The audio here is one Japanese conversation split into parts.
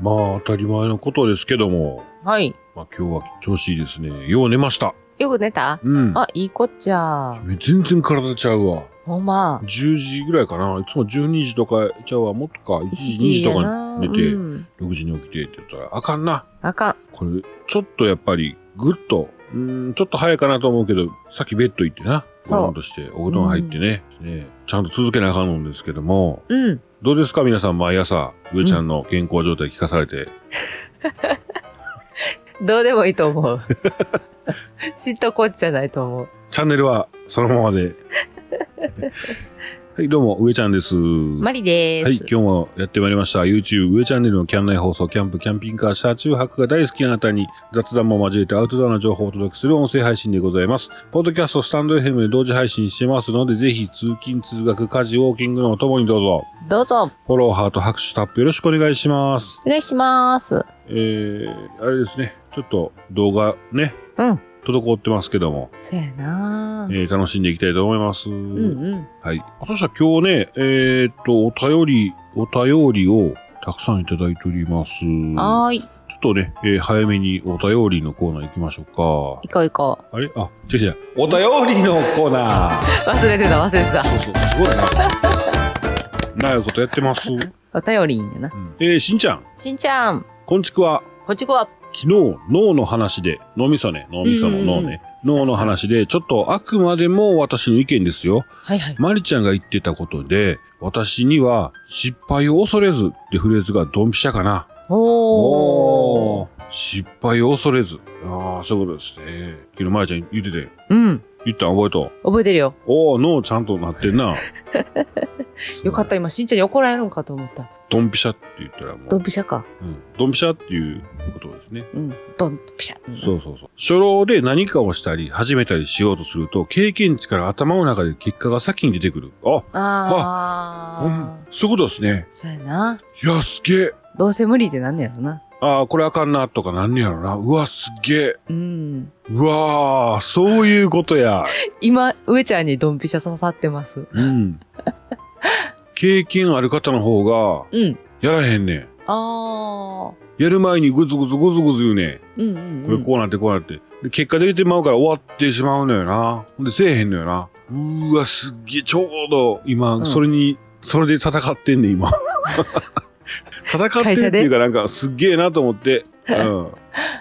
まあ、当たり前のことですけども、はい。まあ今日は調子いいですね。よう寝ました。よく寝たうん。あ、いいこっちゃ。え全然体ちゃうわ。ほんま。 10時ぐらいかな。いつも12時とかちゃうわ。もっとか。1時、2時とかに寝て、うん6時に起きてって言ったら、あかんな。あかん。これ、ちょっとやっぱり、ぐっと、うーん、ちょっと早いかなと思うけど、さっきベッド行ってな。そうご飯として、お布団入ってね,、ね。ちゃんと続けなあかんのですけども、うん。どうですか皆さん毎朝、上ちゃんの健康状態聞かされて。どうでもいいと思う。 知っとこっちゃないと思う。チャンネルはそのまま で。はい、どうも、上ちゃんです。マリではい、す。今日もやってまいりました。YouTube 上チャンネルのキャン内放送、キャンプ、キャンピングカー、車中泊が大好きなあなたに雑談も交えてアウトドアの情報をお届けする音声配信でございます。ポッドキャスト、スタンド FM で同時配信してますので、ぜひ通勤、通学、家事、ウォーキングのおともにどうぞ。どうぞ、フォロー、ハート、拍手、タップよろしくお願いします。お願いします。えー、あれですね、ちょっと動画ね、うん。滞ってますけども、そやなえー楽しんでいきたいと思います。うんうん。はい。そしたら今日ね、えーっと、お便り、お便りをたくさんいただいております。はーい。ちょっとね、えー早めにお便りのコーナー行きましょう行こう行こか。あれあ、違う違う。お便りのコー ナー。う。忘れてた忘れてた。そうそう、すごいな。長いことやってます。うんお便りいいんやな。えーしんちゃん、しんちゃん、こんちくわ。こっちこは。昨日、脳の話で、脳みそね、脳みその脳ね。うんうんうん脳の話で、ちょっとあくまでも私の意見ですよ。はいはい。マリちゃんが言ってたことで、私には失敗を恐れずってフレーズがドンピシャかな。おー。ー失敗を恐れず。ああ、そういうことですね。昨日マリちゃん言ってて、うん。言ったん覚えと。覚えてるよ。おお、脳ちゃんとなってんな。 よかった、今、しんちゃんに怒られるんかと思った。ドンピシャって言ったらもう、ドンピシャか。うんドンピシャっていうことですね。うん。ドンピシャ。。そううそうそう。初老で何かをしたり、始めたりしようとすると、経験値から頭の中で結果が先に出てくる。あ、うんあー。そういうことですね。そうやな。いや、すげえ。どうせ無理ってなんねやろな。ああ、これあかんな、とかなんねやろな。うわ、すげえ。うん。うわあ、そういうこと や。今、上ちゃんにドンピシャ刺さってます。うん。経験ある方の方が、うん。やらへんねん。あやる前にグズグズグズグズ言うねん。ー。うんうん、うん。これこうなってこうなって。で結果出てまうから終わってしまうのよな。ほんでせえへんのよな。うーわ、すっげえ、ちょうど今、うんそれに、それで戦ってんねん、 今。戦ってるっていうかなんかすっげえなと思って。うん。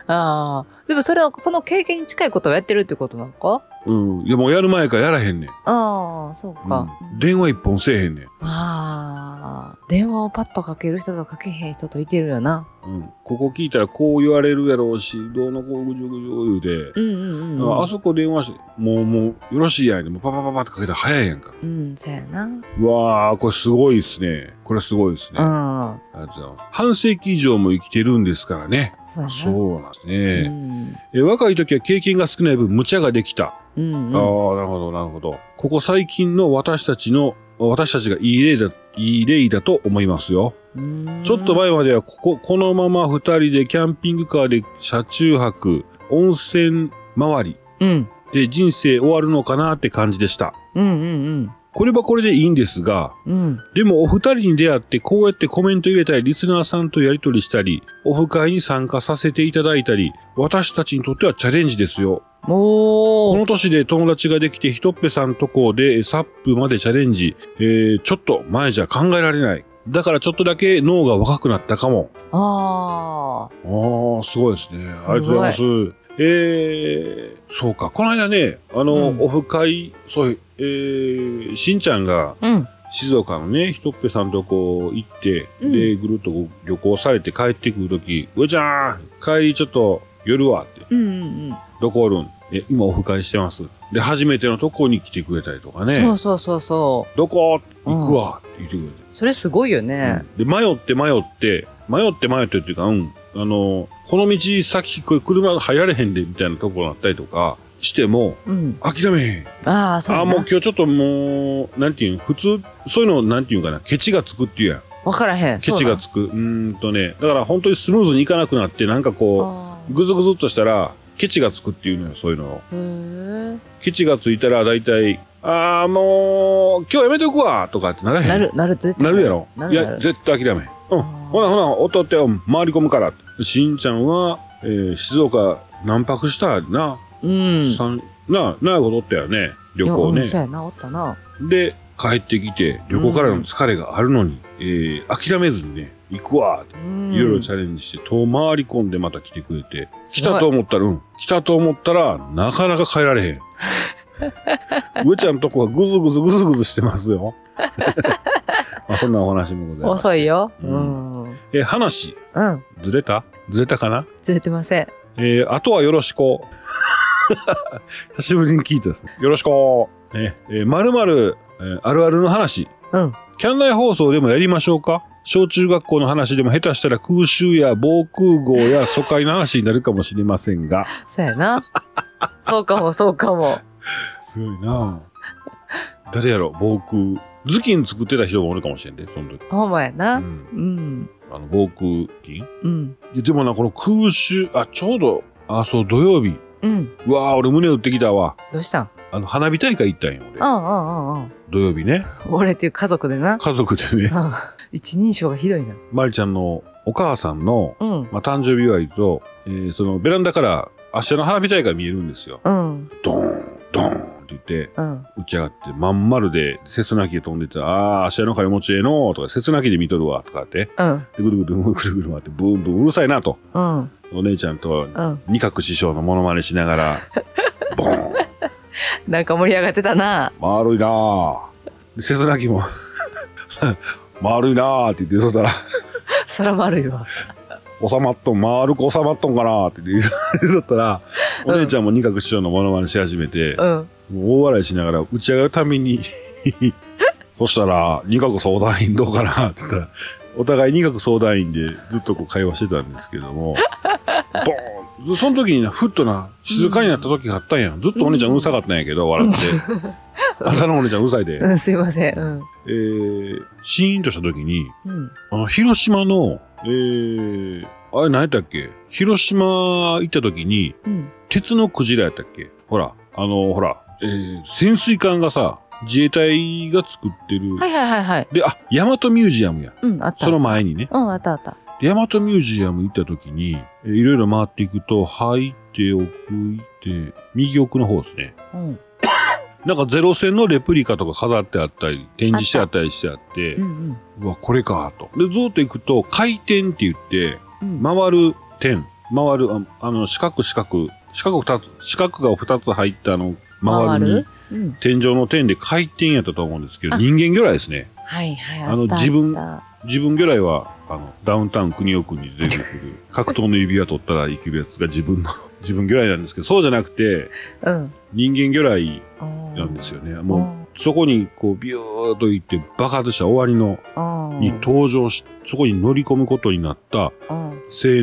ああ。でもそれは、その経験に近いことをやってるってことなのかうん。いやもうやる前からやらへんねん。ああ、そうか。うん電話一本せえへんねん。ああ。電話をパッとかける人とかけへん人といてるよな。うん、ここ聞いたらこう言われるやろうし、どうのこうぐじょぐじょ言うて、うんうんうん。ああそこ電話して、もうもうよろしいやんで、もうパパパパってかけたら早いやんか。うん、そうやな。うわー、これすごいっすね。これすごいっすね。うん。ありがとうございます半世紀以上も生きてるんですからね。そうやな。そうなんですうね、ん。え。若い時は経験が少ない分、無茶ができた。うん、ああうん。ー、なるほど、なるほど。ここ最近の私たちの、私たちがいい例だ、いい例だと思いますよ。うんちょっと前まではここ、このまま二人でキャンピングカーで車中泊、温泉回りうん。で人生終わるのかなって感じでした。うんうんこれはこれでいいんですが、うん。うん。でもお二人に出会ってこうやってコメント入れたり、リスナーさんとやりとりしたり、オフ会に参加させていただいたり、私たちにとってはチャレンジですよ。こおー。の年で友達ができてひとっぺさんとこでえーサップまでチャレンジ、えー、ちょっと前じゃ考えられない。だからちょっとだけ脳が若くなったかも。あああ、すごいですね。すあごりがとういございます。えー、そうか。この間ね、あの、うんオフ会、そう、えー、しんちゃんがー。うん。静岡のね、ひとっぺさんとこ行って、うんで、ぐるっとこう旅行されて帰ってくるとき、うえちゃん、帰りちょっと夜はって、うんうんうん。どこおるんえ、今オフ会してます。で、初めてのとこに来てくれたりとかね、そうそうそうそどこ行くわって言ってくれて。う。それすごいよね。で、迷って迷って、迷って迷ってっていうか、うん、あの、この道先、これ車入られへんで、みたいなところだったりとかしても、うん。諦めへん。ああ、そうああ、やなもう今日ちょっともう、なんていうん、普通、そういうの、なんていうんかな、ケチがつくっていうやん。わからへん。ケチがつく。うーんとね、だから本当にスムーズにいかなくなって、なんかこあう、ぐずぐずっとしたら、ケチがつくっていうのよ、そういうのを。ーへえ。ケチがついたら、だいたい、ああ、もう、今日やめとくわとかってならへん。なる、なる、絶対なるやろないるなや、る。絶対諦めへん。うん、ほなほな、おとって、うん回り込むから。しんちゃんは、えー静岡、南泊したな。うん。さんなあ、長いことおったよね。旅行いやうねん。そうやな、おったな。で、帰ってきて、旅行からの疲れがあるのに、えー諦めずにね、行くわ、ってうん。いろいろチャレンジして、遠回り込んでまた来てくれて、す来ごいたと思ったら、うん、来たと思ったら、なかなか帰られへ ん。上ちゃんとこはぐずぐずぐずぐずしてます よ。まあそんなお話もございます。遅いよ。ううん。うん。えー話、ずれたずれたかなずれてません。えーあとはよろしく。 久しぶりに聞いたですね。よろしく。ねえー、まるまる、えーあるあるの話。うん。キャン内放送でもやりましょうか小中学校の話でも下手したら空襲や防空壕や疎開の話になるかもしれませんが。そう やな。そうかも、そうかも。すごいなぁ誰やろ防空。頭巾作ってた人がおるかもしれんで、その時。ほんまやうな。ん。うん。あの、防空巾いうん。やでもな、この空襲、あ、ちょうど、あ、そう、土曜日。うん。うわぁ、俺胸打ってきたわ。どうしたんあの、花火大会行ったんよ、俺。うんうんうんうん。土曜日ね、俺っていう家族でな。家族でね、 うん一人称がひどいな。まりちゃんのお母さんの、うん。まあ、誕生日祝いと、えーそのベランダから明日の花火大会見えるんですよ。うん。ドーン、ドーンって言って、うん。打ち上がって、まん丸で、セスナ機で飛んでて、あー、明日の金持ちええのーとか、セスナ機で見とるわ、とかって、うん。でぐるぐるぐるぐるぐる回って、ブーンブーン、うるさいなと。うん。お姉ちゃんと、うん。二角師匠のモノマネしながら、ボーン、なんか盛り上がってたな。丸いなー。でセスナ機も、 丸いなーって言って、そしたら、そら丸いわ。収まっとん、丸く収まっとんかなって言って言うとったら、うんお姉ちゃんも二角師匠のモノマネし始めて、うん。もう大笑いしながら打ち上がるために、そしたら、二角相談員どうかなって言ったら、お互い二角相談員でずっとこう会話してたんですけども、ボーンその時にな、ふっとな、静かになった時があったんや。ずっとお姉ちゃんうるさかったんやけど、笑って。 あんたのお姉ちゃんうるさいで。うん、すいません。うん。えー、シーンとした時に、うん。あの、広島の、えー、あれ何やったっけ広島行った時に、うん。鉄のクジラやったっけほら、あの、ほら、えー、潜水艦がさ、自衛隊が作ってる。はいはいはいはい。で、あ、ヤマトミュージアムや。うん、あった。その前にね。うん、あったあった。でヤマトミュージアム行った時に、えーいろいろ回っていくと、入って、奥行って、右奥の方ですね。うん。なんかゼロ戦のレプリカとか飾ってあったり、展示してあったりしてあって、うんうん。うわ、これか、と。で、ずーっと行くと、回転って言って、うん。回る点、回る、ああの、四角四角、四角二つ、四角が二つ入ったあの、回るに、うん。天井の点で回転やったと思うんですけど、あ人間魚雷ですね。はいはい。あのった自分あっ自分魚雷は、あの、ダウンタウン国奥に出てくる、格闘の指輪取ったら生きるやつが自分の、 自分魚雷なんですけど、そうじゃなくて、たうん。人間魚雷ななんですよね。うもう、そこにこう、ビューっと行って爆発した終わりの、ん。に登場し、そこに乗り込むことになったうん。青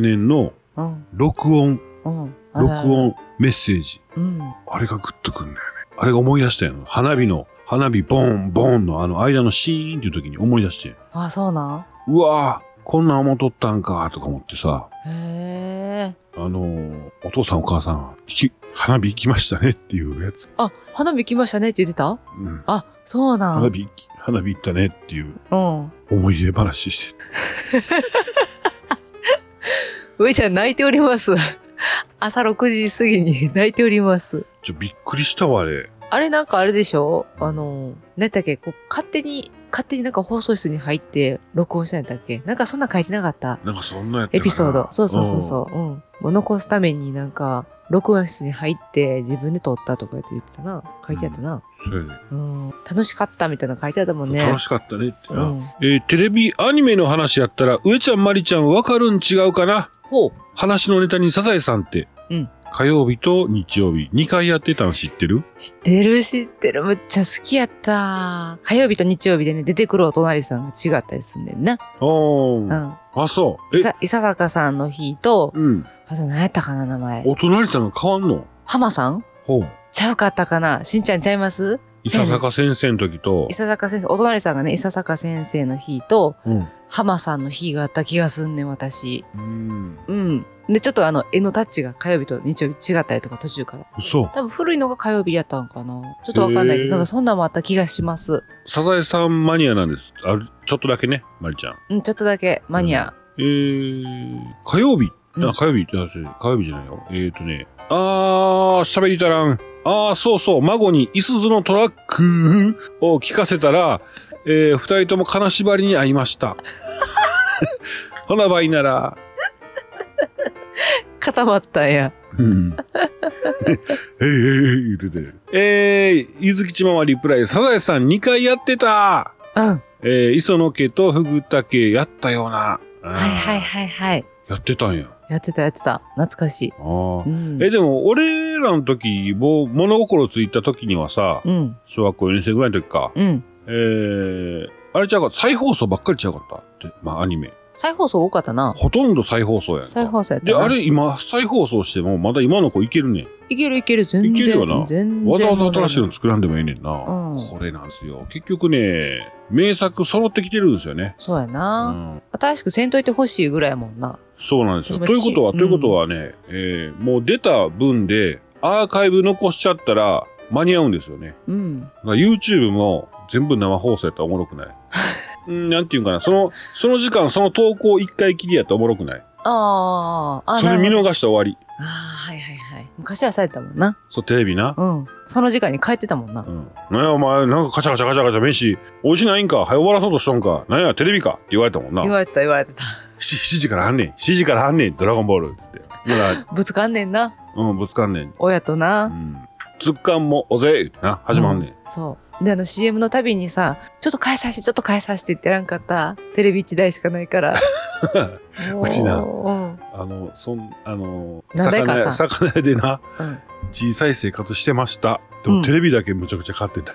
年のうん。録音、うん。あ録ら音、メッセージ。うん。あれがグッとくんだよね。あれが思い出したよ。花火の、花火ボン、ボンのあの間のシーンっていう時に思い出して。あ、そうなんうわぁ、こんなん思っとったんか、とか思ってさ、へえ。あのーお父さんお母さん、き花火行きましたねっていうやつ。あ、花火来ましたねって言ってたうん。あ、そうなん花火行き、花火行ったねっていううん。思い出話して。上ちゃん泣いております。 朝6時過ぎに 泣いております。ちょ、びっくりしたわ、あれ。あれなんかあれでしょあの、何やったっけこう、勝手に、勝手になんか放送室に入って録音したんやったっけなんかそんなん書いてなかったなんかそんなやつ。エピソード。そうそうそうそう。うん。もう残すためになんか、録音室に入って自分で撮ったとかって言ってたな。書いてあったな。うん。そうやねうん。楽しかったみたいなの書いてあったもんね。楽しかったねってうな、ん。えーテレビアニメの話やったら、上ちゃん、まりちゃん、わかるん違うかなほう。話のネタにサザエさんって、うん火曜日と日曜日、2回やってたん知ってる知ってる知ってる。むっちゃ好きやった。火曜日と日曜日でね、出てくるお隣さんが違ったりすんねんな。おー、うん。あ、そう。いえ、さ、伊佐坂さんの日と、うん。あと何やったかな、名前。お隣さんが変わんの浜さんほう。ちゃうかったかなしんちゃんちゃいます伊佐坂先生の時と伊、佐坂先生、お隣さんがね、伊佐坂先生の日と、うん。浜さんの日があった気がすんねん、私。うん。うん。で、ちょっとあの、絵のタッチが火曜日と日曜日違ったりとか途中から。そう。多分古いのが火曜日やったんかな。ちょっとわかんないけへーど、なんかそんなんもあった気がします。サザエさんマニアなんです。あるちょっとだけね、マリちゃん。うん、ちょっとだけマニア。えー、火曜日。うんあ、火曜日って話、火曜日じゃないよ。えーとね、あー、喋りたらん。あー、そうそう、孫にいすずのトラック を聞かせたら、えー、二人とも金縛りに会いま した。ほなばいなら。固まったんや。 うん。えいえいえい言ってて。えー、ゆずきちママリプライ、サザエさん2回やってたうん。はいえー、磯野家とフグタ家やったような。はいはいはいはい。やってたんや。やってたやってた。懐かしい。あーうん。え、でも、俺らの時、もう物心ついた時にはさ、うん。小学校4年生ぐらいの時か、うん。えー、あれちゃうか、再放送ばっかりちゃうかったって、まあアニメ。再放送多かったな。ほとんど再放送やんか。再放送やったで、な。あれ今、再放送しても、まだ今の子いけるねいけるいける、全然。いけるよな全然。わざわざ新しいの作らんでもいいねんな。うんこれなんですよ。結局ね、名作揃ってきてるんですよね。そうやうな。ん。新しくせんといてほしいぐらいやもんな。そうなんですよ。素と晴いらうしこいとは、うんということはね、えー、もう出た分で、アーカイブ残しちゃったら、間に合うんですよね。うん。まあ YouTube も全部生放送やったらおもろ くないうん、なんていうんかな、その、その時間、その投稿一回きりやったらおもろくないあーあー、それ見なるほど逃したら終わり。ああ、はいはいはい。昔はされてたもんな。そう、テレビな。うん。その時間に帰ってたもんなう。ん。なんやお前、なんかカチャカチャカチャカチャ飯、美味しないんか、早終わらそうとしとんか、なんやテレビかって言われたもんな。言われてた言われてた。し7時からあんねん、7時からあんねん、ドラゴンボールって言って。ほ ら、ぶつかんねんな。うん、ぶつかんねん。親とうな。ん。つっかんもおぜ、な、始まんねん。そう。で、あの CM の度にさ、ちょっと変えさせて、ちょっと変えさせてってやらんかった。テレビ一台しかないから。 うちなもあの、そん、あの、なんだい魚屋、買魚屋でな、う。うん。うん。小さい生活してました。でも、うんテレビだけむちゃくちゃ買ってた。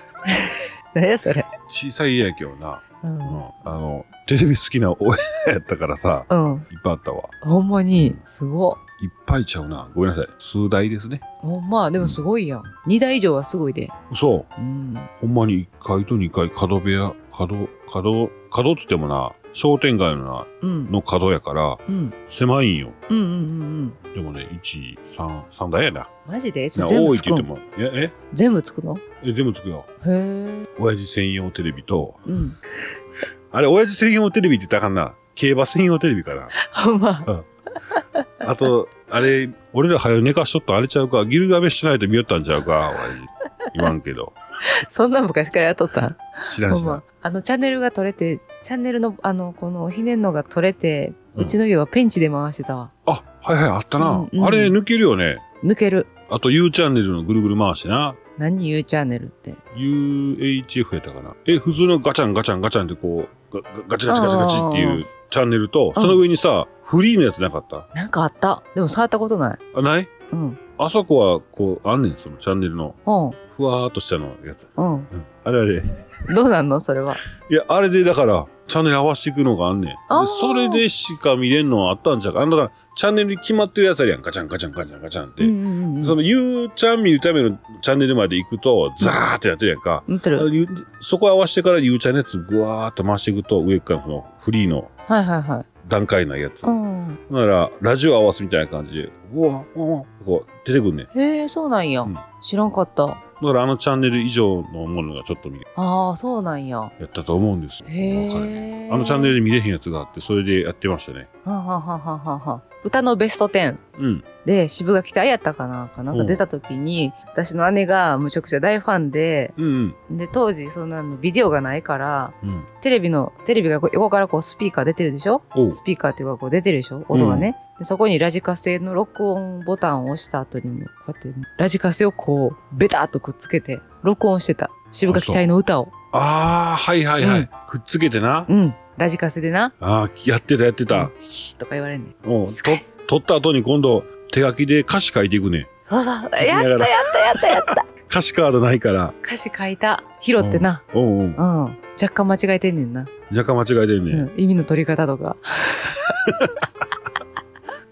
何やそれ。小さい家やけどな、う。うんん、あのテレビ好きな親やったからさうん。いっぱいあったわほんまに、すごっ。いっぱいちゃうなごめんなさい数台ですねほんま、でもすごいやん。2台以上はすごいで。そううん。ほんまに1階と2階角部屋角角角っつってもな商店街のなうん。の角やからうん。狭いんようんうんうんうん。でもね133台やなマジでそなれ全多部いっつて言くってんもえ全部つくのええ全部つくよへえ。親父専用テレビとうん。あれ親父専用テレビって言ったらあかんな競馬専用テレビかなほんま。あと、あれ、俺ら早よ寝かしとったんあれちゃうか、ギルガメッシュないと見よったんちゃうか、おい言わんけど。そんなん昔からやっとったん知らんほんしなま。。あの、チャンネルが取れて、チャンネルの、あの、この、ひねんのが取れて、うんうちの家はペンチで回してたわ。あ、はいはい、あったな。うんうんあれ抜けるよね。抜ける。あと U チャンネルのぐるぐる回しな。何 ?U チャンネルって。 UHF やったかな。え、普通のガチャンガチャンガチャンってこう、ガガガチガチガチガチっていうチャンネルと、うんその上にさ、フリーのやつなかったなんかあった。でも触ったことない。あ、ないうん。あそこはこう、あんねん、そのチャンネルの。うん。ふわーっとしたのやつ。うん。うん。あれあれ。どうなんのそれは。いや、あれでだから、チャンネル合わせていくのがあんねん。であーそれでしか見れんのはあったんちゃうか。あの、だから、チャンネルに決まってるやつあるやん。ガチャンガチャンガチャンガチャンって。うんうんうんその、ゆうちゃん見るためのチャンネルまで行くと、ザーってなってるやんか。見てあのる。ゆそこ合わせてからゆうちゃんのやつ、ぐわーっと回していくと、上からその、フリーのはいはいはい。段階のやつ。うん。なら、ラジオ合わせみたいな感じで、うわ、うわうわ、こう、出てくんねん。へえ、そうなんや。うん知らんかった。だから、あのチャンネル以上のものがちょっと見れああ、そうなんや。やったと思うんですよ。わかるねへえ。あのチャンネルで見れへんやつがあって、それでやってましたね。はははははは。歌のベスト10うん。で渋垣隊やったかなかなんか出た時に、私の姉がむちゃくちゃ大ファンで、うんで、当時そんなのビデオがないから、うん。うん。テレビの、テレビがこう横からこうスピーカー出てるでしょおうスピーカーっていうかこう出てるでしょ音がね、で。そこにラジカセの録音ボタンを押した後にも、こうやってラジカセをこう、ベターっとくっつけて、録音してた。渋垣隊の歌を。ああ、はいはいはい。うんくっつけてな。うん。ラジカセでな。ああ、やってたやってた。シーとか言われんねん。うん、スとカイ取った後に今度、手書きで歌詞書いていくね。そうそきう。なやがらったやったやったやった。歌詞カードないから。歌詞書いた。拾ってな。うんうんう。ん。若干間違えてんねんな。若干間違えてるね、うん。意味の取り方とか。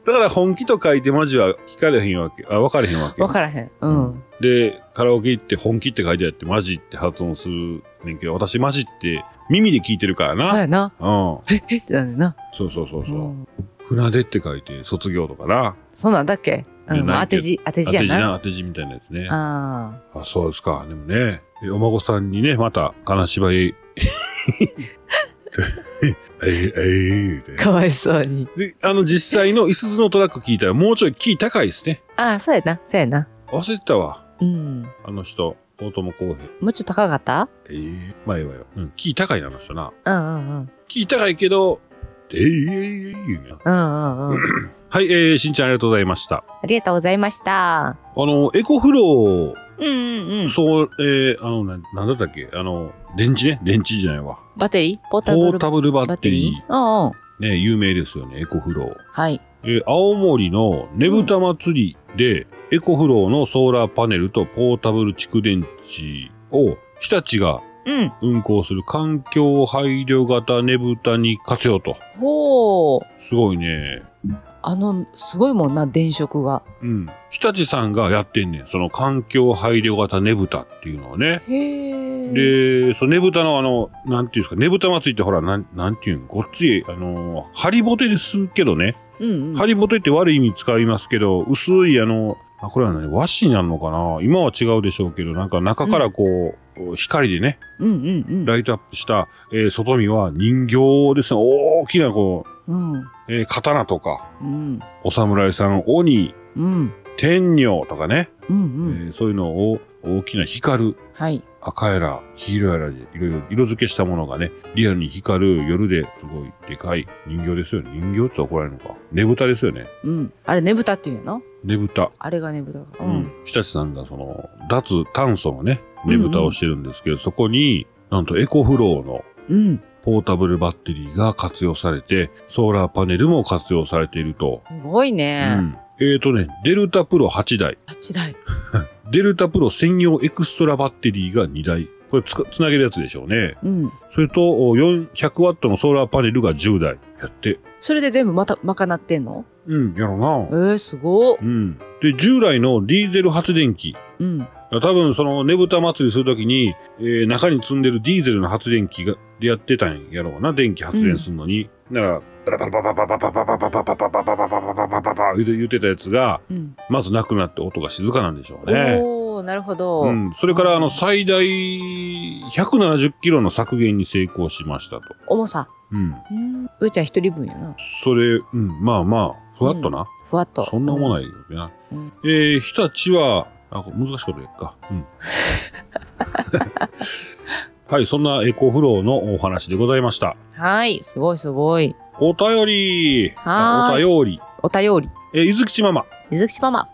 だから本気と書いてマジは聞かれへんわけ。あ、分かれへんわけ。わからへん。うん。で、カラオケ行って本気って書いてあってマジって発音するねんけど、私マジって耳で聞いてるからそうな。やな。うん。え、えってなんねんな。そうそうそうそうう。ん。船出って書いて、卒業とかな。そんなんだっけういやん、まなあい当けてど字、当て当字やて字な。な、当て字みたいなやつね。ああそうですか。でもね、えお孫さんにね、また、金縛り。 ええええってあ、かわいそうに。で、あの、実際のいすゞのトラック聞いたら、もうちょいキー高いですね。ああ、そうやな、そうやな。忘れてたわ。うん。あの人、大友康平。もうちょっと高かったええまあええわよ。うん、キー高いな、あの人な。うんうんうん。キー高いけど、ええええええなうんうんうん。はい、えー、しんちゃんありがとうございました。ありがとうございました。あの、エコフロうんうんうー、ん。そう、えー、あの、ななんだったっけあの、電池ね。電池じゃないわ。バッテリーポータブポールタブルバッテリバッうんうん。ー。ね、有名ですよね、エコフロー。はい。えー青森のねぶた祭りで、エコフローのソーラーパネルとポータブル蓄電池を日立がうん。運行する環境配慮型ねぶたに活用と。ほう。すごいね。あの、すごいもんな、電飾が。うん。日立さんがやってんねん。その環境配慮型ねぶたっていうのをね。へえ。で、そのねぶたのあの、なんていうんですか、ねぶた祭りってほら、なん、なんていうん、ごっつい、あのー、ハリボテですけどね。うん、うん。ハリボテって悪い意味使いますけど、薄いあの、あこれはね、和紙になるのかな今は違うでしょうけど、なんか中からこう、光でね、うんうんライトアップした、えー外見は人形ですね。大きなこうん。うん。う、えー刀とか、うん。お侍さん、鬼、うん。天女とかね、うんうん。えーそういうのを大きな光る、はい。赤やら黄色やらでいろいろ色付けしたものがね、リアルに光る夜ですごいでかい人形ですよね。人形って怒られるのか。ねぶたですよね。うん。あれ、ねぶたっていうんやな。ねぶた。あれがねぶたか。ううんん。、日立さんがその脱炭素のねねぶたをしてるんですけど、そこになんとエコフローのうん。ポータブルバッテリーが活用されてソーラーパネルも活用されていると、すごいうね。ん、えーとねデルタプロ8台八台。デルタプロ専用エクストラバッテリーが2台これつかつなげるやつでしょうねうん。それとお400ワットのソーラーパネルが10台やってそれで全部また、賄ってんのうんやろえなー、すごっうんで従来のディーゼル発電機うん。多分そのねぶた祭りするときに、えー中に積んでるディーゼルの発電機がでやってたんやろうな電気発電するのに、ならバラバラバラバラバラバラバラバラバラバラバラバラバラバラバラ言ってたやつがうん。まずなくなって音が静かなんでしょうね。おー、なるほど。ううんん、それからあの最大170キロの削減に成功しましたと。重さ。うん、うん。うーちゃん一人分やな。それ、うん、まあまあふわっとな、ふわっと。そんなもんい。ないよな。うんえー、日立は、あ、これ難しいこと言っか。 うん。はい、そんなエコフローのお話でございました。はい。すごいすごい。お便りはーいお便りお便り。えー、ゆずきちママ、ゆずきちママ。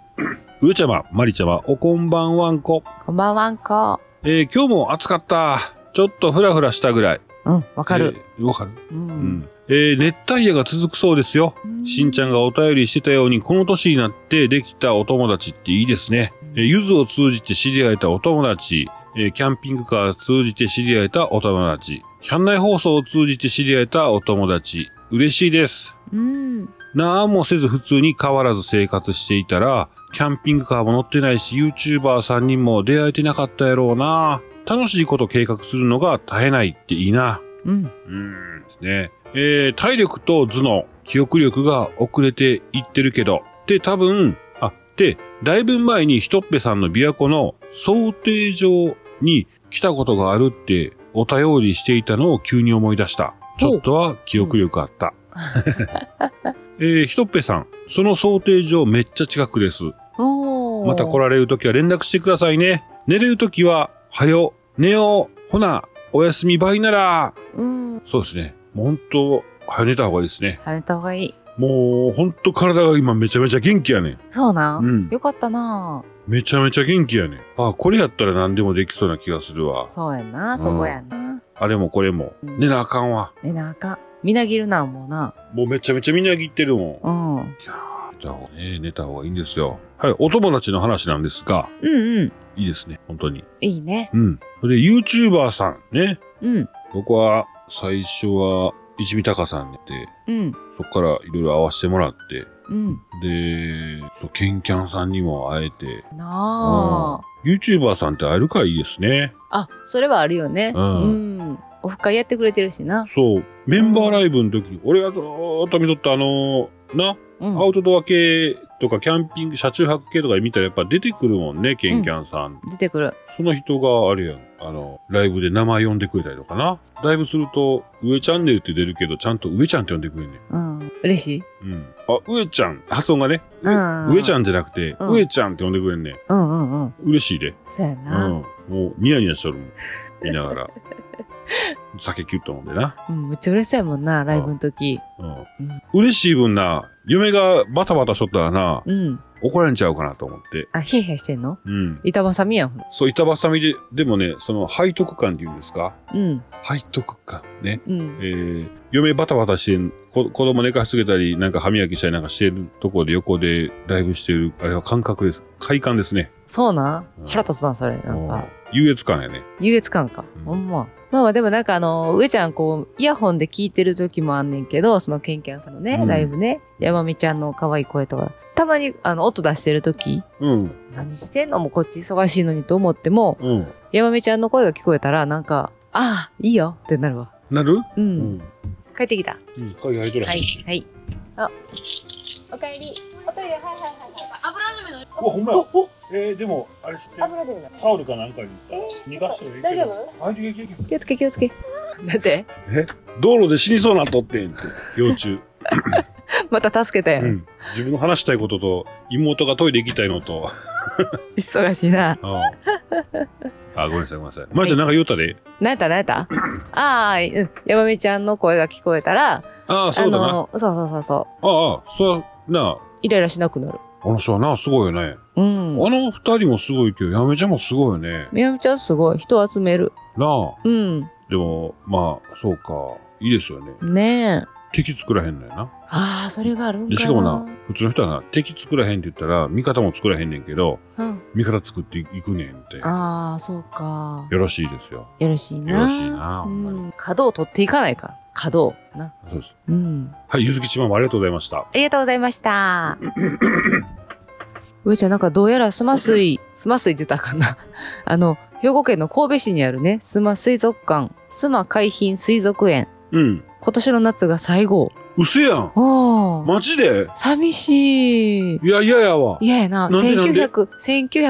うえちゃま、まりちゃま、おこんばんわんこ。こんばんはんこ。えー、今日も暑かった。ちょっとふらふらしたぐらい。うん。わかる。えー。わ、かるう。うんん。えー、熱帯夜が続くそうですよ。しんちゃんがお便りしてたように、この年になってできたお友達っていいですね。えーゆずを通じて知り合えたお友達、えーキャンピングカーを通じて知り合えたお友達、キャン内放送を通じて知り合えたお友達、嬉しいです。うん。なんもせず普通に変わらず生活していたら、キャンピングカーも乗ってないし、YouTuber さんにも出会えてなかったやろうな。楽しいこと計画するのが絶えないっていいな。うん。うーんですね。えー体力と頭脳、記憶力が遅れていってるけど、で、多分、あ、で、だいぶ前にひとっぺさんの琵琶湖の想定上に来たことがあるってお便りしていたのを急に思い出した。ちょっとは記憶力あった。えーひとっぺさん、その想定上めっちゃ近くです。おー。また来られるときは連絡してくださいね。寝れるときは、はよ、寝よう、ほな、おやすみばいなら、うん。そうですね。もう本当、早寝た方がいいですね。はめた方がいい。もう、本当体が今めちゃめちゃ元気やねん。そうなう。ん。よかったな。めちゃめちゃ元気やねん。あ、これやったら何でもできそうな気がするわ。そうやな。そこやな。あれもこれも。うん寝なあかんわ。ねなあかん。みなぎるな、もうな。もうめちゃめちゃみなぎってるもん。うん。う寝た方がね、寝た方がいいんですよ。はい、お友達の話なんですが、んうん。いいですね。本当に。いいね。うん。それで、YouTuber さんね。うん。僕は、最初は、一味高さんで、うん。そこからいろいろ会わせてもらって、うん。で、そう、ケンキャンさんにも会えて、なあ。 YouTuber さんって会えるからいいですね。あ、それはあるよね。ううんん。オフ会やってくれてるしな。そう、メンバーライブの時、俺がずーっと見とったあのーな、うん。アウトドア系とかキャンピング、車中泊系とかで見たらやっぱ出てくるもんね、ケンキャンさん。出てくる。その人があれやん、あの、ライブで名前呼んでくれたりとかな。ライブすると、上チャンネルって出るけど、ちゃんと上ちゃんって呼んでくれんねん。うん。嬉しい。うん。あ、上ちゃん。発音がね。うん上ちゃんじゃなくて、うん上ちゃんって呼んでくれんねん。うんうんうん。嬉しいで。そうやうん。な。もう、ニヤニヤしとるもん。見な がら。酒キュッと飲んでな。うん。めっちゃ嬉しいもんな、ライブの時。うんん。嬉しい分な、嫁がバタバタしとったらな、うん。怒られんちゃうかなと思って。あ、ヒヤヒヤしてんのうん。板挟みやん。そう、板挟みで、でもね、その背徳感っていうんですかうん。背徳感ね。うえん。ー嫁バタバタしてんこ子供寝かしつけたり、なんか歯磨きしたりなんかしてるところで横でライブしてる、あれは感覚です。快感ですね。そうなうん。腹立つな、それ。なんもうか、優越感やね。優越感かうん。ほんま。まあまあ、でもなんかあの、上ちゃん、こう、イヤホンで聞いてる時もあんねんけど、そのケンキャンさんのねう、んライブね、山美ちゃんの可愛い声とか、たまに、あの、音出してる時、うん、何してんのもうこっち忙しいのにと思っても、うん。山美ちゃんの声が聞こえたら、なんか、ああ、いいよってなるわ。なるう。。うん帰ってきた。うん、鍵入っとらはへんい。はい。おかえり。おトイレ、はいはいはい油染めのうわ、ほんまや。えー、でも、あれ知ってはい。油染めだ。タオルかなんかにえ逃がしてもいい大け丈ど。夫あいけいけいけ気をつけ気をつけ。だって、道路で死にそうなっとってんっ て。幼虫。また助けたや。うんん。自分の話したいことと、妹がトイレ行きたいの と。忙しいな。うんあ、ごめんなさい、ごめんなさい。まーちゃんなんか言うたで。なやったなやった ああ、うん。山美ちゃんの声が聞こえたあら、あ、あそうだな。の、そうそうそうそう。ああ、そうなイライラしなくなる。あ、あの人はな、すごいよね。うん。あの二人もすごいけど、やめちゃんもすごいよね。みやみちゃんすごい。人を集める。なあ。うん。でも、まあ、そうか。いいですよね。ねえ。敵作らへんのやな。ああ、それがあるんかで、な。しかもな、普通の人はな、敵作らへんって言ったら、味方も作らへんねんけど、うん。味方作っていくねんって。よああ、そうか。ろしいですよ。よろしいな。よろしいなほうんまにん。角を取っていかないか。角を。な。そうです。うん。はい、ゆずきちまもありがとうございました。ありがとうございました。 上ちゃん、なんかどうやらスマ水、スマ水って言ったらあかんな。 あの、兵庫県の神戸市にあるね、スマ水族館、スマ海浜水族園。うん。今年の夏が最後。うせやん。おー。マジで寂しい。いや、いややわ。嫌やな。なんでなんで1900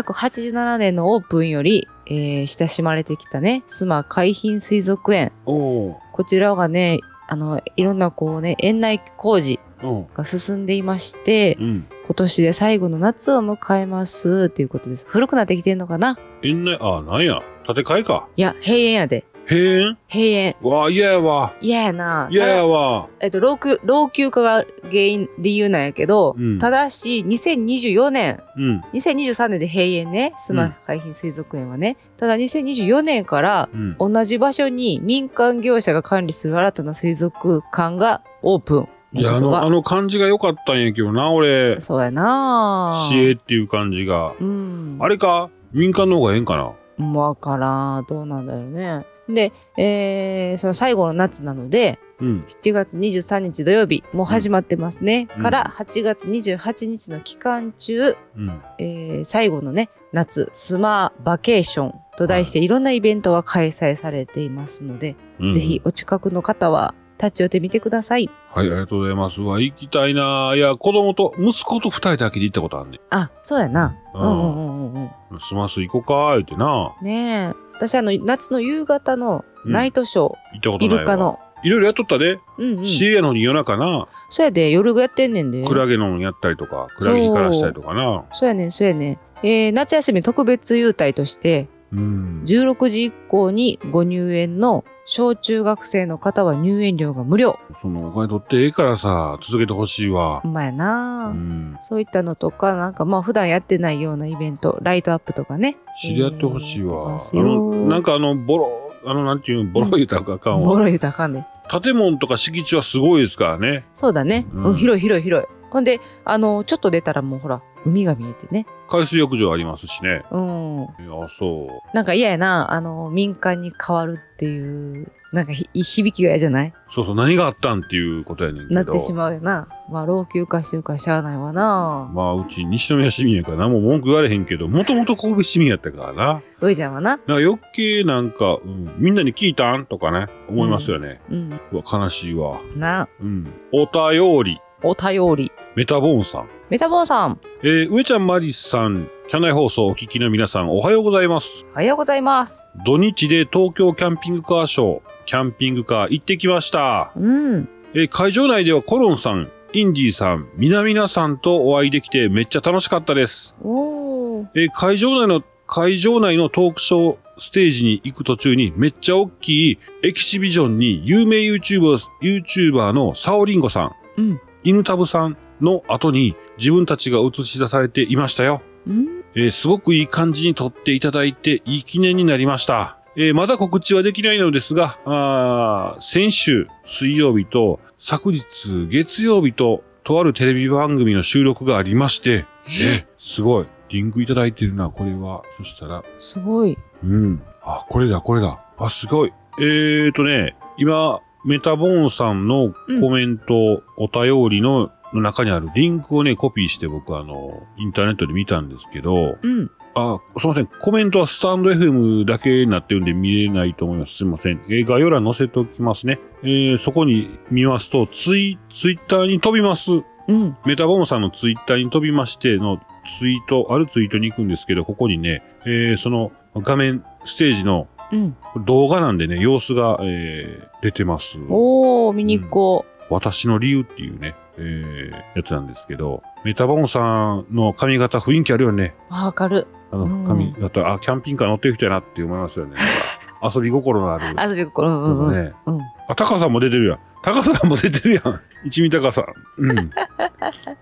1987年のオープンより、えー、親しまれてきたね、スマ海浜水族園。おうこちらがね、あの、いろんなこうね、園内工事うん。が進んでいまして、うん。今年で最後の夏を迎えますっていうことです。古くなってきてんのかなえんない、あ、なんや。建て替えか。いや、閉園やで。へえん閉園。わあ、嫌やわ。嫌やな。嫌たやだわ。えっと、老朽、老朽化が原因、理由なんやけど、うんただし、2024年、うん。 2023年で閉園ね、スうんマ海浜水族園はね。ただ2024年から、うん。同じ場所に民間業者が管理する新たな水族館がオープン。いや、あそこの、はあの感じが良かったんやけどな、俺。そうやな市営っていう感じが。うん。あれか民間の方がええんかなわからん。どうなんだろうね。で、えー、その最後の夏なので、うん。 7月23日土曜日、もう始まってますね。うんから、8月28日の期間中、うん。えー最後のね、夏、スマバケーションと題して、いろんなイベントが開催されていますので、うんぜひ。お近くの方は、立ち寄ってみてください。はい、ありがとうございます。うわ、行きたいないや、子供と、息子と二人だけで行ったことあんねん。あ、そうやな。ううんんうんうんうんうん。スマス行こうか、言うてな。ねえ。私、あの、夏の夕方のナイトショー、行ったことイないわ。ルカ。の。いろいろやっとったで。うんうん。市営やのに夜中な、そうやで、夜やってんねんで。クラゲのやったりとか、クラゲ光らしたりとかな。そうやねん、そうやねん。えー、夏休み特別優待として、うん。 16時以降にご入園の小中学生の方は入園料が無料。その、お金取ってええからさ、続けてほしいわほ。んまやうな、ん。そういったのとか、なんかまあ普段やってないようなイベント、ライトアップとかね。知り合ってほしいわ。えあーの、なんかあの、ボロ、あの、なんていうの、ボロ言うたらあかんボわ。ロ言うたらあかんねん。建物とか敷地はすごいですからね。そうだね。うんうん、広い広い広い。ほんで、あの、ちょっと出たらもうほら、海が見えてね。海水浴場ありますしね。うん。いや、そう。なんか嫌やな、あの、民間に変わるっていうなんかひ響きが嫌じゃないそうそう、何があったんっていうことやねんけど。なってしまうよな。まあ、老朽化してるからしゃあないわな。まあ、うち西宮市民やから何も文句言われへんけど、もともと神戸市民やったからな。ういちゃんはな。なんか余計なんか、うん、みんなに聞いたんとかね、思いますよね。うん。うわ、悲しいわ。な、うん。お便り、お便り。メタボーンさん。メタボンさん、えー、上ちゃんまりさん、キャナイ放送をお聞きの皆さん、おはようございます。おはようございます。土日で東京キャンピングカーショー、キャンピングカー行ってきました。うん。えー会場内ではコロンさん、インディさん、みなみなさんとお会いできてめっちゃ楽しかったです。おー。えー会場内の、会場内のトークショーステージに行く途中にめっちゃ大きいエキシビジョンに有名 YouTuber, YouTuber のサオリンゴさん、うん。犬タブさんの後に自分たちが映し出されていましたよ。うん。えーすごくいい感じに撮っていただいて、いい記念になりました。えーまだ告知はできないのですが、あー先週水曜日と昨日月曜日と、とあるテレビ番組の収録がありまして、え、すごい。リンクいただいてるな、これは。そしたら、すごい。うん。あ、これだ、これだ。あ、すごい。えーとね、今、メタボーンさんのコメント、お便りの中にあるリンクをね、コピーして僕、あの、インターネットで見たんですけど、うん。あ、すいません。コメントはスタンド FM だけになってるんで見れないと思います。すいません。えー概要欄載せておきますね。えーそこに見ますと、ツイ、ツイッターに飛びます。うん。メタボムさんのツイッターに飛びましてのツイート、あるツイートに行くんですけど、ここにね、えーその画面、ステージのうん。動画なんでね、様子が、えー出てます。おー、見に行こ私の理由っていうね、えーやつなんですけど、メタボムさんの髪型雰囲気あるよね。う。あー、明るあうの、ん髪型、あ、キャンピングカー乗ってる人やなって思いますよね。 なんか遊び心のある。い。遊び心。うんうんうん。ね。うん。あ、タカさんも出てるやん。タカさんも出てるやん。一味タカさん。 うん。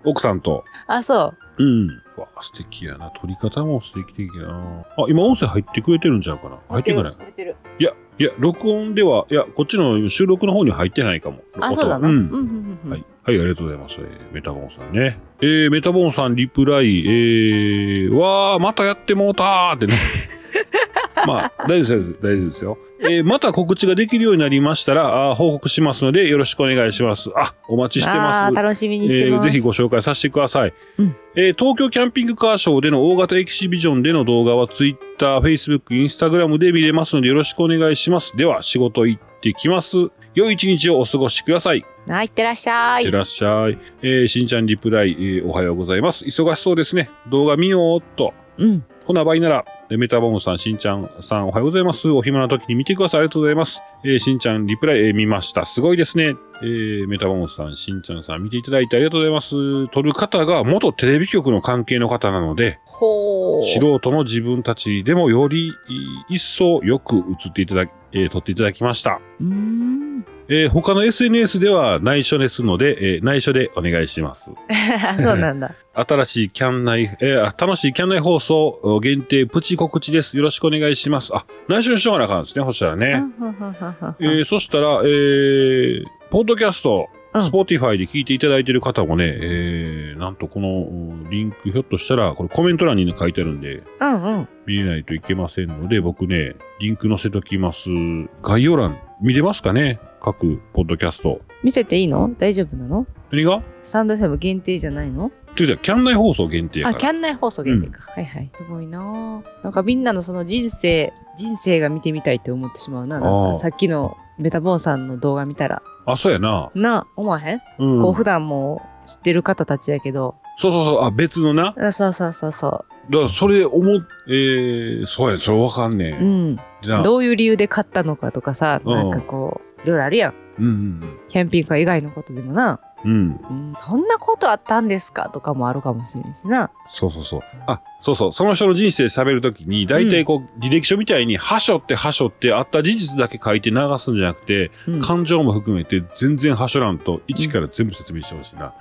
奥さんと。あ、そう。うん。わあ、素敵やな。撮り方も素敵的やな。あ、今音声入ってくれてるんちゃうかな。入ってくれない食べてる。いや、いや、録音では、いや、こっちの収録の方に入ってないかも。あ、そうだな。音ううんんうんうんうん。はい。はい、ありがとうございます。えーメタボンさんね。えー、メタボンさんリプライ、えー、わー、またやってもうたー ってね。まあ、大丈夫です、大丈夫ですよ。えー、また告知ができるようになりましたら、あー報告しますので、よろしくお願いします。あ、お待ちしてあまーす。楽しみえにしてーます。ぜひご紹介させてください、うんえー東京キャンピングカーショーでの大型エキシビジョンでの動画は Twitter、Facebook、Instagram で見れますのでよろしくお願いします。では仕事行ってきます。良い一日をお過ごしください。はい、いってらっしゃいっいて。らっしゃい。えー、しんちゃんリプライ、えーおはようございます。忙しそうですね。動画見ようっと。うん。ほな、バイなら。えーメタボムさん、しんちゃんさん、おはようございます。お暇な時に見てください。ありがとうございます。えーしんちゃんリプライ、えー見ました。すごいですね。えーメタボムさん、しんちゃんさん、見ていただいてありがとうございます。撮る方が元テレビ局の関係の方なので、ほー。素人の自分たちでもよりい一層よく映っていただき、えー撮っていただきました。うーん。 えー他の SNS では内緒ですので、えー内緒でお願いします。あそうな んだ。新しいキャン内、えーあ楽しいキャン内放送お限定プチ告知です。よろしくお願いします。あ、内緒にしようがなあかんですね、そしたらうんね。うんうんうんえーそしたら、えー、ポッドキャスト、うんスポーティファイで聞いていただいている方もね、えー、なんとこのおリンク、ひょっとしたら、これコメント欄にね書いてあるんで、うんうん。見れないといけませんので、僕ね、リンク載せときます。概要欄、見れますかね各ポッドキャスト。見せていいの大丈夫なの何がスタンド FM 限定じゃないの違う違う、キャン内放送限定やあ、かキら。ャン内放送限定か。はいはい。すごいなぁ。なんかみんなのその人生、人生が見てみたいって思ってしまうな。なあんーかさっきのベタボンさんの動画見たら。あ、そうやな。なあ、思わへん、うん。こそうう普段もう知ってる方たちやけど。そうそう、あ、別のな。あそうそうそうそだから、それ思っ、えー、そうや、それわかんねう。うえ。ん。じゃあ、どういう理由で買ったのかとかさ、うんなんかこう、いろいろあるやん。うんキャンピングカー以外のことでもな。うんうん。うん。うん、そんなことあったんですかとかもあるかもしれんしな。そうそうそう。あ、そうそう。その人の人生喋るときに、大体こう、履歴書みたいに、はしょってはしょって、あった事実だけ書いて流すんじゃなくて、うん、感情も含めて、全然はしょらんと、一から全部説明してほしいな。わか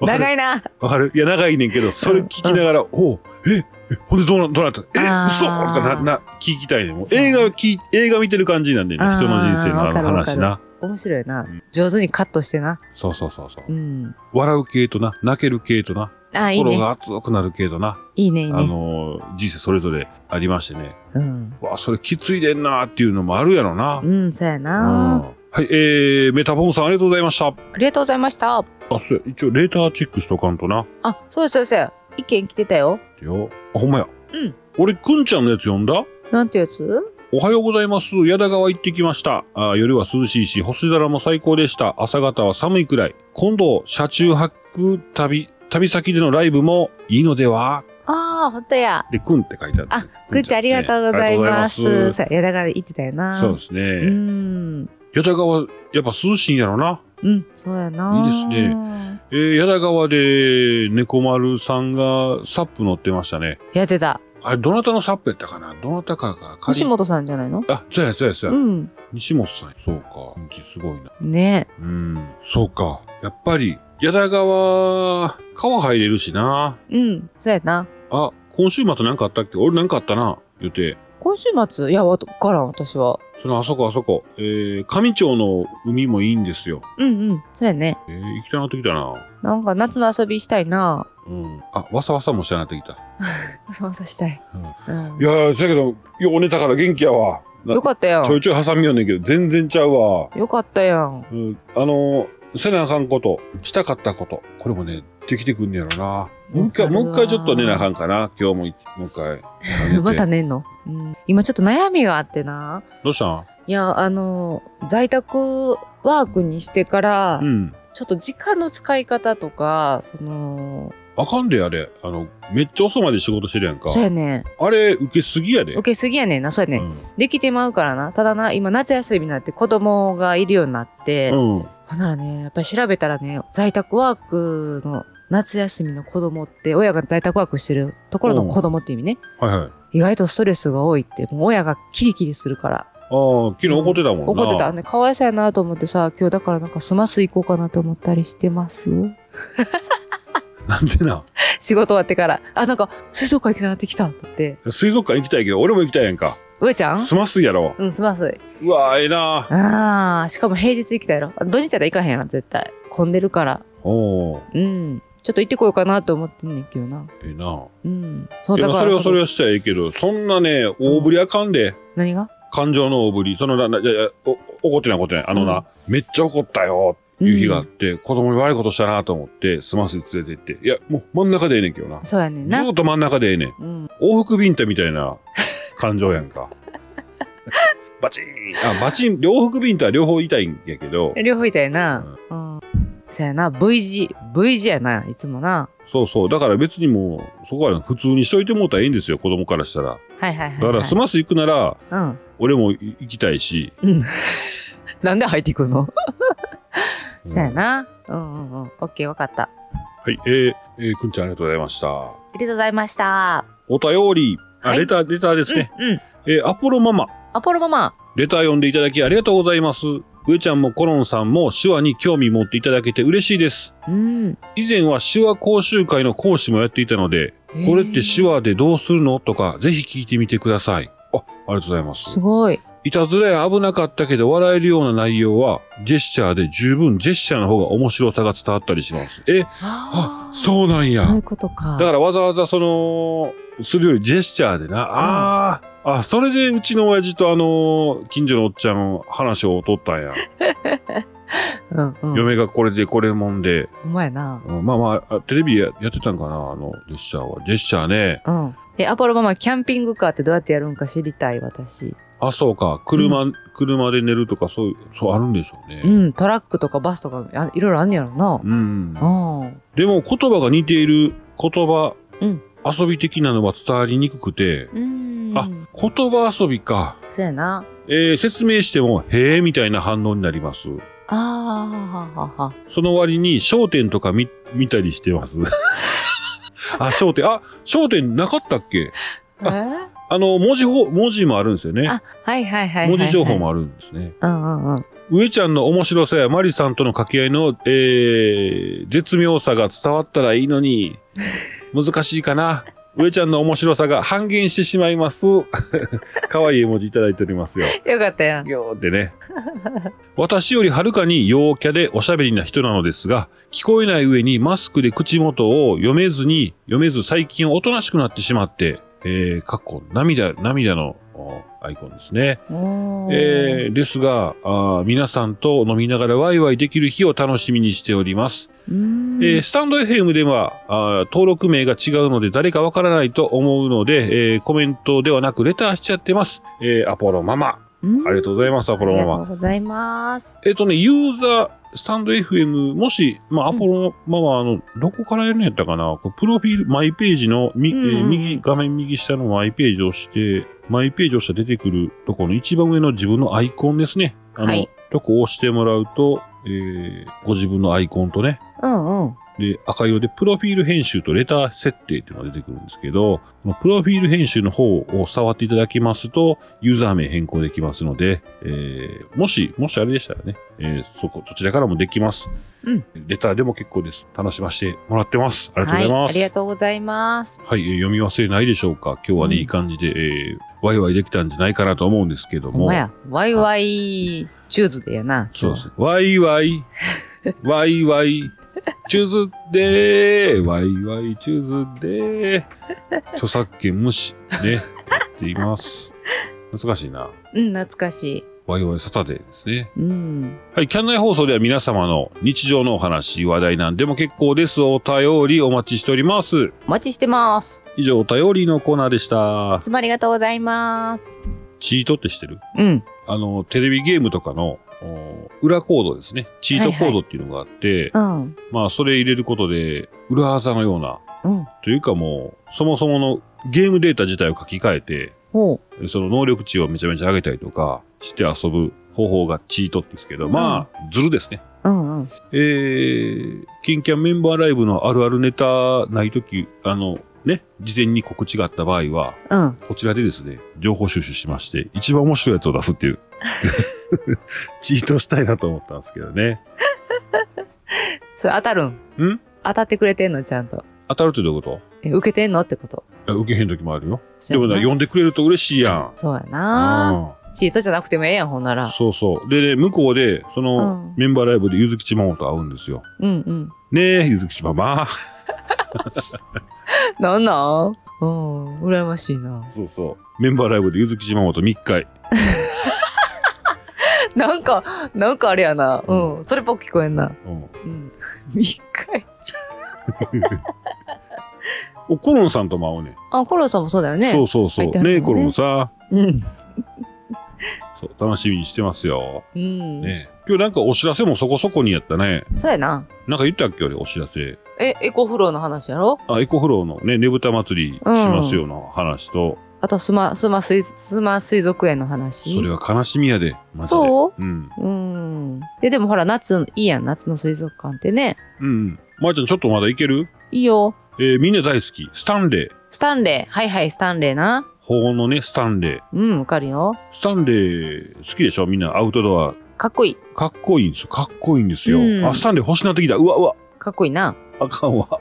る 長いな。わかるいや、長いねんけど、それ聞きながら、おうえ、え、ほんでどうな、どうなったえ、嘘とあーかな、な、聞きたいねん。もうそう映画を聞い、映画見てる感じなんでね、あー人の人生のあわのかるわかる話な。面白いなうん。上手にカットしてな。そうそうそうそうう。ん。笑う系とな、泣ける系とな。ああ、いい心ね。が熱くなるけどな、いいね、いいあね。のー人生それぞれありましてねうん。わあそれきついでんなーっていうのもあるやろな、うんうん、そうやな。はいえー、メタボンさんありがとうございましたあありがとうございました。そうや一応レーターチェックしとかんとなあ、そうやそうやそうや。意見来てたよ。ってよあほんまやうん俺くんちゃんのやつ読んだなんてやつおはようございます。矢田川行ってきました。あー夜は涼しいし、星空も最高でした。朝方は寒いくらい。今度、車中泊旅、旅先でのライブもいいのではああ、ほんとや。で、くんって書いてある。あ、くーちゃんありがとうございます。ありがとうございさいや、だから言ってたよまな。すそうですうね。ん。矢田川、やっぱ涼しいんやろな。うん、そうやな。いいですね。えー、矢田川で、猫丸さんがサップ乗ってましたね。やってた。あれ、どなたのサップやったかなどなたかが借り西本さんじゃないのあ、そうや、そうや、そううや。ん。西本さん。そうか。人気すごいな。ねうん、そうか。やっぱり、矢田川、川入れるしな。うん、そうやな。あ、今週末なんかあったっけ俺なんかあったな。言うて。今週末、いや、わからん、私は。そのあそこあそこ。えー、上町の海もいいんですよ。うんうん、そうやね。えー、行きたなってきたな。なんか夏の遊びしたい な。うん。あ、わさわさもしたなってきた。わさわさしたい。うんいやー、そやけど、よう寝たから元気やわ。なよかったやちょいん。ちょい挟みよんねんけど、全然ちゃうわ。よかったやん。うん、あのー、せなあかんこと、したかったこと、これもね、できてくんねやろな。もう一回、わかるもわ。う一回ちょっと寝なあかんかな。今日もい、もう一回 また寝んの、うん、今ちょっと悩みがあってな。どうしたんいや、あの、在宅ワークにしてから、うん。ちょっと時間の使い方とか、その、あかんで、あれ。あの、めっちゃ遅まで仕事してるやんか。そうやね。あれ、受けすぎやで。受けすぎやねんな、そうやね。。うんんできてまうからな。ただな、今夏休みになって子供がいるようになって、うん。ほんならね、やっぱり調べたらね、在宅ワークの夏休みの子供って、親が在宅ワークしてるところの子供っていう意味ね。はいはい。あ意外とストレスが多いって、もう親がキリキリするから。あ、昨日怒ってたもんな。怒ってた。ね。かわいそうやなと思ってさ、今日だからなんかスマス行こうかなと思ったりしてます。なんでな。仕事終わってから。あ、なんか、水族館行きたなってきたって言って。水族館行きたいけど、俺も行きたいやんか。上ちゃんすますやろ。うん、スマス。うわええな。あー、しかも平日行きたいの。土日やったら行かへんやろ、絶対。混んでるから。おお、うん。ちょっと行ってこようかなと思ってんねんけどな。ええな。うん。そいやそれはそれは。はしたらええけど、そんなね、大ぶりあかんで。何が感情の大ぶり。そのな、ないやいや、お怒ってない怒ってない。あのな、めっちゃ怒ったよ。いう日があって、子供に悪いことしたなと思って、すますに連れて行って。いや、もう真ん中でええねんけどな。そうやねんずな。ーっと真ん中でええねん。うん。往復ビンタみたいな感情やん か。バチンあ、バチン、両復ビンタは両方痛いんやけど、両方いたやな。うん。そうやな。V 字。V 字やな。いつもな。そうそう。だから別にもう、そこは普通にしといてもうたらええんですよ、子供からしたら。はいはいはい、はい。だから、スマス行くなら、うん。俺も行きたいし。うん。なんで入ってくのうんそうや。な。うんうんうん。オッケー、わかった。はい、えー、えーくんちゃんありがとうございました。ありがとうございました。お便り、あ、はいレター、レターですね。うん、うん。えーアポロママ、アポロママ。レター読んでいただきありがとうございます。上ちゃんもコロンさんも手話に興味持っていただけて嬉しいです。うん。以前は手話講習会の講師もやっていたので、これって手話話でどうするのとか、ぜひ聞いてみてください。あ、ありがとうございますす。ごい。いたずらや危なかったけど笑えるような内容は、ジェスチャーで十分ジェスチャーの方が面白さが伝わったりします。え、あ、うそうなんや。そういだうことか。からわざわざその、するよりジェスチャーでな、あー、あ、それでうちの親父とあの、近所のおっちゃん話を取ったんや。ら、うんうん。嫁がこれでこれもんで、お前な。うんまあまああ、テレビややってたんかな、あの、ジェスチャーは。ジェスチャーね。うん。え、アポロママ、キャンピングカーってどうやってやるんか知りたい、私。あ、そうか。車、車で寝るとか、そういう、そうあるんでしょううね。ん。トラックとかバスとか、あいろいろあんねやろな。うん。うん。でも、言葉が似ている言葉、うん遊び的なのは伝わりにくくて、うん。あ、言葉遊びか。そうやな。えー説明しても、へえ、みたいな反応になります。あー、ははは。その割に、焦点とか見、見たりして ます。あ、焦点、あ、焦点なかったっけえーあの、文字ほ、文字もあるんですよね。あ、はいはいはいはいはい。文字情報もあるんですね。うんうんうん。上ちゃんの面白さやマリさんとの掛け合いの、えー、絶妙さが伝わったらいいのに、難しいかな。上ちゃんの面白さが 半減してしまいます。 可愛い絵文字いただいておりますよ。よかったやん。ぎょーってね。私よりはるかに陽キャでおしゃべりな人なのですが、聞こえない上にマスクで口元を読めずに、読めず最近おとなしくなってしまって、えー、かっこ涙、涙のおアイコンですね。おーえー、ですがあー、皆さんと飲みながらワイワイできる日を楽しみにしております。うーんえースタンド FM ではあー登録名が違うので誰かわからないと思うので、えーコメントではなくレターしちゃってます。えーアポロママ。うんありがとうございます、アポロありマがとマ。うございます。えっ、とね、ユーザー、スタンド FM、もし、まあ、アポロママ、あの、どこからやるんやったかな、こうプロフィール、マイページの、みえうんうんー右、画面右下のマイページを押して、マイページを押したら出てくるところの一番上の自分のアイコンですね。あの、はいとこを押してもらうと、えーご自分のアイコンとね、うんうん。で、赤色で、プロフィール編集とレター設定っていうのが出てくるんですけど、このプロフィール編集の方を触っていただきますと、ユーザー名変更できますので、えー、もし、もしあれでしたらね、えー、そこ、そちらからもできます。うん。レターでも結構です。楽しませてもらってます。ありがとうございはまい。あす。りはい、がとうございます。えー読み忘れないでしょうか今日はね、うんいい感じで、えー、ワイワイできたんじゃないかなと思うんですけどほも。んまや。ワイワイチューズでやな。そうです。ワイワイ、ワイワイ、チューズデー、ワイワイ、チューズデー。著作権無視、ね、やっています。難しいな。うん、懐かしワイワイサタデーですね。い。うん。はい、キャン内放送では皆様の日常のお話、話題なんでも結構です。お便りお待ちしております。お待ちしてます。以上、お便りのコーナーでしたい。つもありがとうございます。チートって知ってるうん。あの、テレビゲームとかの、お裏コードですね。チートコードっていうのがあって、うん。まあ、それ入れることで、裏技のような、うん。というかもう、そもそものゲームデータ自体を書き換えて、ほその能力値をめちゃめちゃ上げたりとかして遊ぶ方法がチートって言うんですけど、まあ、ずるですね。う。うんうん。えー、キンキャンメンバーライブのあるあるネタないとき、あの、ね、事前に告知があった場合は、うん。こちらでですね、情報収集しまして、一番面白いやつを出す っていう。チートしたいなと思ったんですけどね。それ当たるんん当たってくれてんのちゃんと。当たるってどういうことえ、受けてんのってこと。いや受けへんときもあるよ。そでうもやなな、呼んでくれると嬉しいやん。そうやな。チートじゃなくてもええやん、ほんなうんら。そうそう。でね、向こうで、その、うんメンバーライブでゆずきちままと会うんですよ。うんうん。ねえ、ゆずきちまま。なんなんうん。羨ましいな。そうそう。メンバーライブでゆずきちままと密会。なんか、なんかあれやな。うんうん。それっぽく聞こえんな。うん。うん。密会。お、コロンさんとも会うね。あ、コロさんもそうだよね。そうそうそう。入ってねはえ、るもんねコロンさ。うん。そう、楽しみにしてますよ。うん。ねえ。今日なんかお知らせもそこそこにやったね。そうやな。なんか言ったっけ俺、お知らせ。え、エコフローの話やろあ、エコフローのね、ねぶた祭りしますよの話と、あと、スマ、スマ水、スマ水族園の話。それは悲しみやで、マジで。そううん。うん。で、でもほら、夏、いいやん、夏の水族館ってね。うんうん。まーちゃん、ちょっとまだいけるいいよ。えーみんな大好き、スタンレー。スタンレー。はいはい、スタンレーな。保温のね、スタンレー。うん、わかるよ。スタンレー、好きでしょみんな、アウトドア。かっこいい。かっこいいんですよ。かっこいいんですよ。うんあ、スタンレー欲しなってきた。うわうわ。かっこいいな。あかんわ。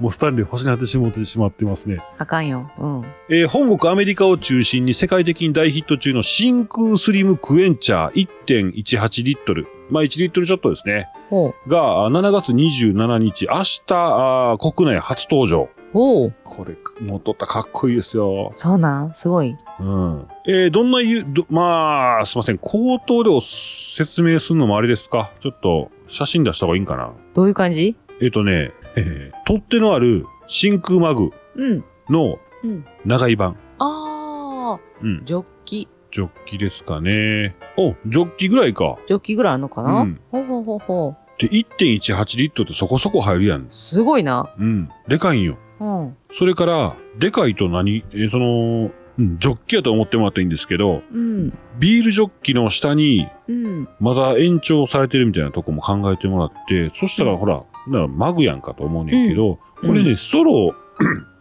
もうスタンレー欲しなってしまってしまってますね。あかんよ。うん。えー本国アメリカを中心に世界的に大ヒット中の真空スリムクエンチャー1.18リットル。まあ1リットルちょっとですね。ほう。が、あ7月27日、明日、あー国内初登場。ほう。これ、もう撮ったらかっこいいですよ。そうなんすごい。うん。えーどんなゆ、どまあ、すいません。口頭でお説明するのもあれですか。ちょっと、写真出した方がいいんかな。どういう感じえっ、とね、 取っ手のある真空マグうん。のうん。長い版。あー。うん。ジョッキ。ジョッキですかね。お、ジョッキぐらいか。ジョッキぐらいあるのかな、うんほうほうほうほう。で、1.18リットルってそこそこ入るやん。すごいな。うん。でかいんよ。うん。それから、でかいと何えーその、うん、ジョッキやと思ってもらっていいんですけど、うん。ビールジョッキの下に、うん。まだ延長されてるみたいなとこも考えてもらって、そしたらほら、ならマグやんかと思うねんけど、うんこれね、うストロー、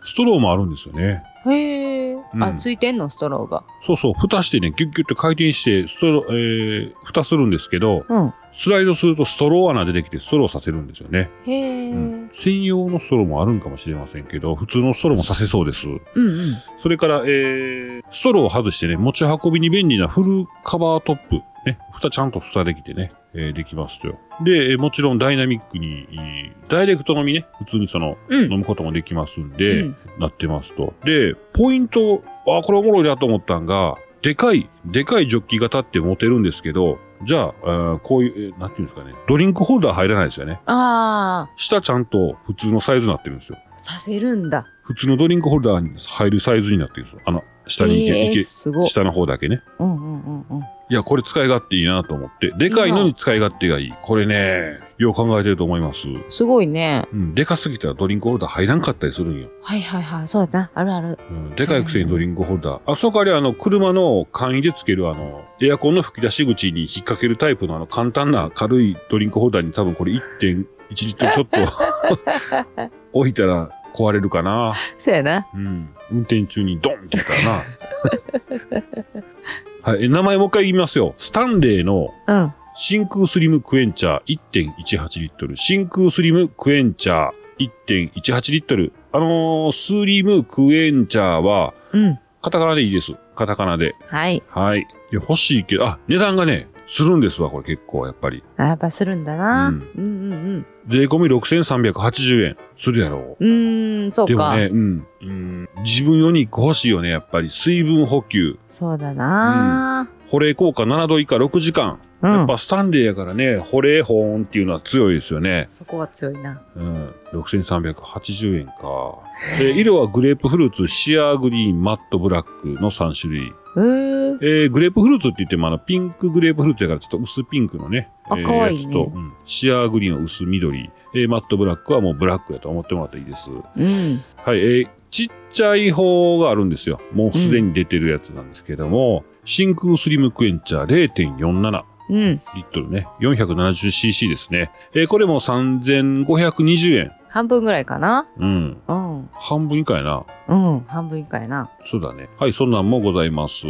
ストローもあるんですよね。へえ、うんあ、ついてんのストローが。そうそう、蓋してね、ギュッギュッと回転して、ストロー、えー、蓋するんですけど、うん。スライドするとストロー穴出てきてストローさせるんですよね。へえ、ううんん。専用のストローもあるんかもしれませんけど、普通のストローもさせそうです。うん。それから、えー、ストローを外してね、持ち運びに便利なフルカバートップ。ね、蓋ちゃんと蓋できてね、えーできますよ。で、えーもちろんダイナミックに、えーダイレクト飲みね、普通にその、うん。飲むこともできますんで、うんなってますと。で、ポイント、あーこれおもろいなと思ったんが、でかい、でかいジョッキが立って持てるんですけど、じゃあ、えーこういう、えーなんていうんですかね、ドリンクホルダー入らないですよね。あ下ちゃんと普通のサイズになってるんですよ。あ、させるんだ。普通のドリンクホルダーに入るサイズになってるんですよ。あの、下に行け、ええ行けすごい。下の方だけね。うんうんうんうん。いや、これ使い勝手いいなと思って。でかいのに使い勝手がいい。これね、よう考えてると思います。すごいね。うん、でかすぎたらドリンクホルダー入らんかったりするんよ。はいはいはい。そうだな。あるある。うん、でかいくせにドリンクホルダー。あ、その代わりあの、車の簡易でつけるあの、エアコンの吹き出し口に引っ掛けるタイプのあの、簡単な軽いドリンクホルダーに多分これ1.1リットルちょっと 置いたら壊れるかな。そうやな。うん。運転中にドンって言った らな。はい。え名前もう一回言いますよ。スタンレーのうん。真空スリムクエンチャー1.18リットル。真空スリムクエンチャー1.18リットル。あのースリムクエンチャーは、うん。カタカナでいいです。カタカナで。はい。はい。いや、欲しいけど、あ、値段がね、するんですわ、これ結構、やっぱり。あやっぱするんだな。ううんん、うん、うん税込み6380円。するやろうーん、そうでもか。ね、うん、うん。自分用に1個欲しいよね、やっぱり。水分補給。そうだな、保冷効果7度以下6時間。うん。やっぱスタンレーやからね、保冷保温っていうのは強いですよね。そこは強いな。うん。6380円か。で、色はグレープフルーツ、シアーグリーン、マットブラックの3種類。えー、えーグレープフルーツって言ってもあのピンクグレープフルーツやからちょっと薄ピンクのね。あえーかわいいねやつと、うんシアーグリーンは薄緑。えーマットブラックはもうブラックやと思ってもらっていいです。はうん。い、えーちっちゃい方があるんですよ。もうすでに出てるやつなんですけども、真空スリムクエンチャー0.47。うん。リットルね。470cc ですね。えーこれも3520円。半分ぐらいかなうん。うん。半分以下やな。うん。半分以下やな。そうだね。はい、そんなんもございます。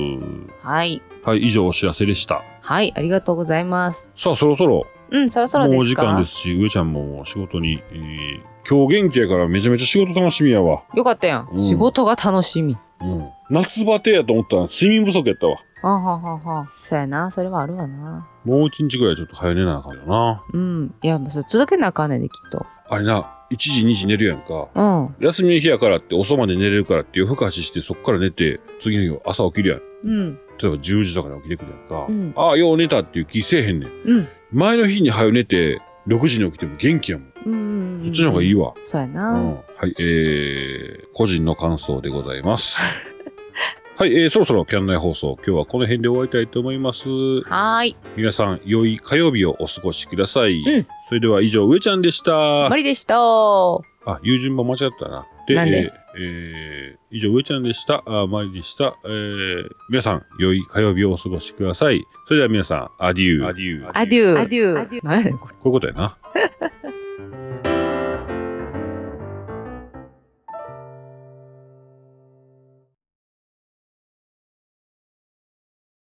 はい。はい、以上お知らせでした。はい。ありがとうございます。さあ、そろそろうん、そろそろですかもうお時間ですし、上ちゃんももう仕事に、えー今日元気やからめちゃめちゃ仕事楽しみやわ。よかったやん。うん仕事が楽しみ。うん。夏バテやと思ったら睡眠不足やったわ。あはははは。そうやな。それはあるわな。もう一日ぐらいちょっと早寝なあかんよな。うん。いや、もうそれ続けなあかんねんで、きっと。あれな、1時2時寝るやんか。うん。休みの日やからって遅まで寝れるからって夜更かししてそっから寝て、次の日朝起きるやん。うん。例えば10時とかに起きてくるやんか。うんああ、よう寝たっていう気せえへんねん。うん。前の日に早う寝て、6時に起きても元気やもん。うんうん。そっちの方がいいわ。そうやうな。ん。はい、えー、個人の感想でございます。 はい、えー、そろそろキャンナイ放送、今日はこの辺で終わりたいと思います。はーい。皆さん、良い火曜日をお過ごしください。うんそれでは以上、上ちゃんでしたマ。リでした。はあ、言う順番間違ったな。で、なんでえーえー以上、上ちゃんでした。あ、まりでした。えー、皆さん、良い火曜日をお過ごしください。それでは皆さん、アデュー。アデュー。アデューアデュー。何やねん、これ。こういうことやな。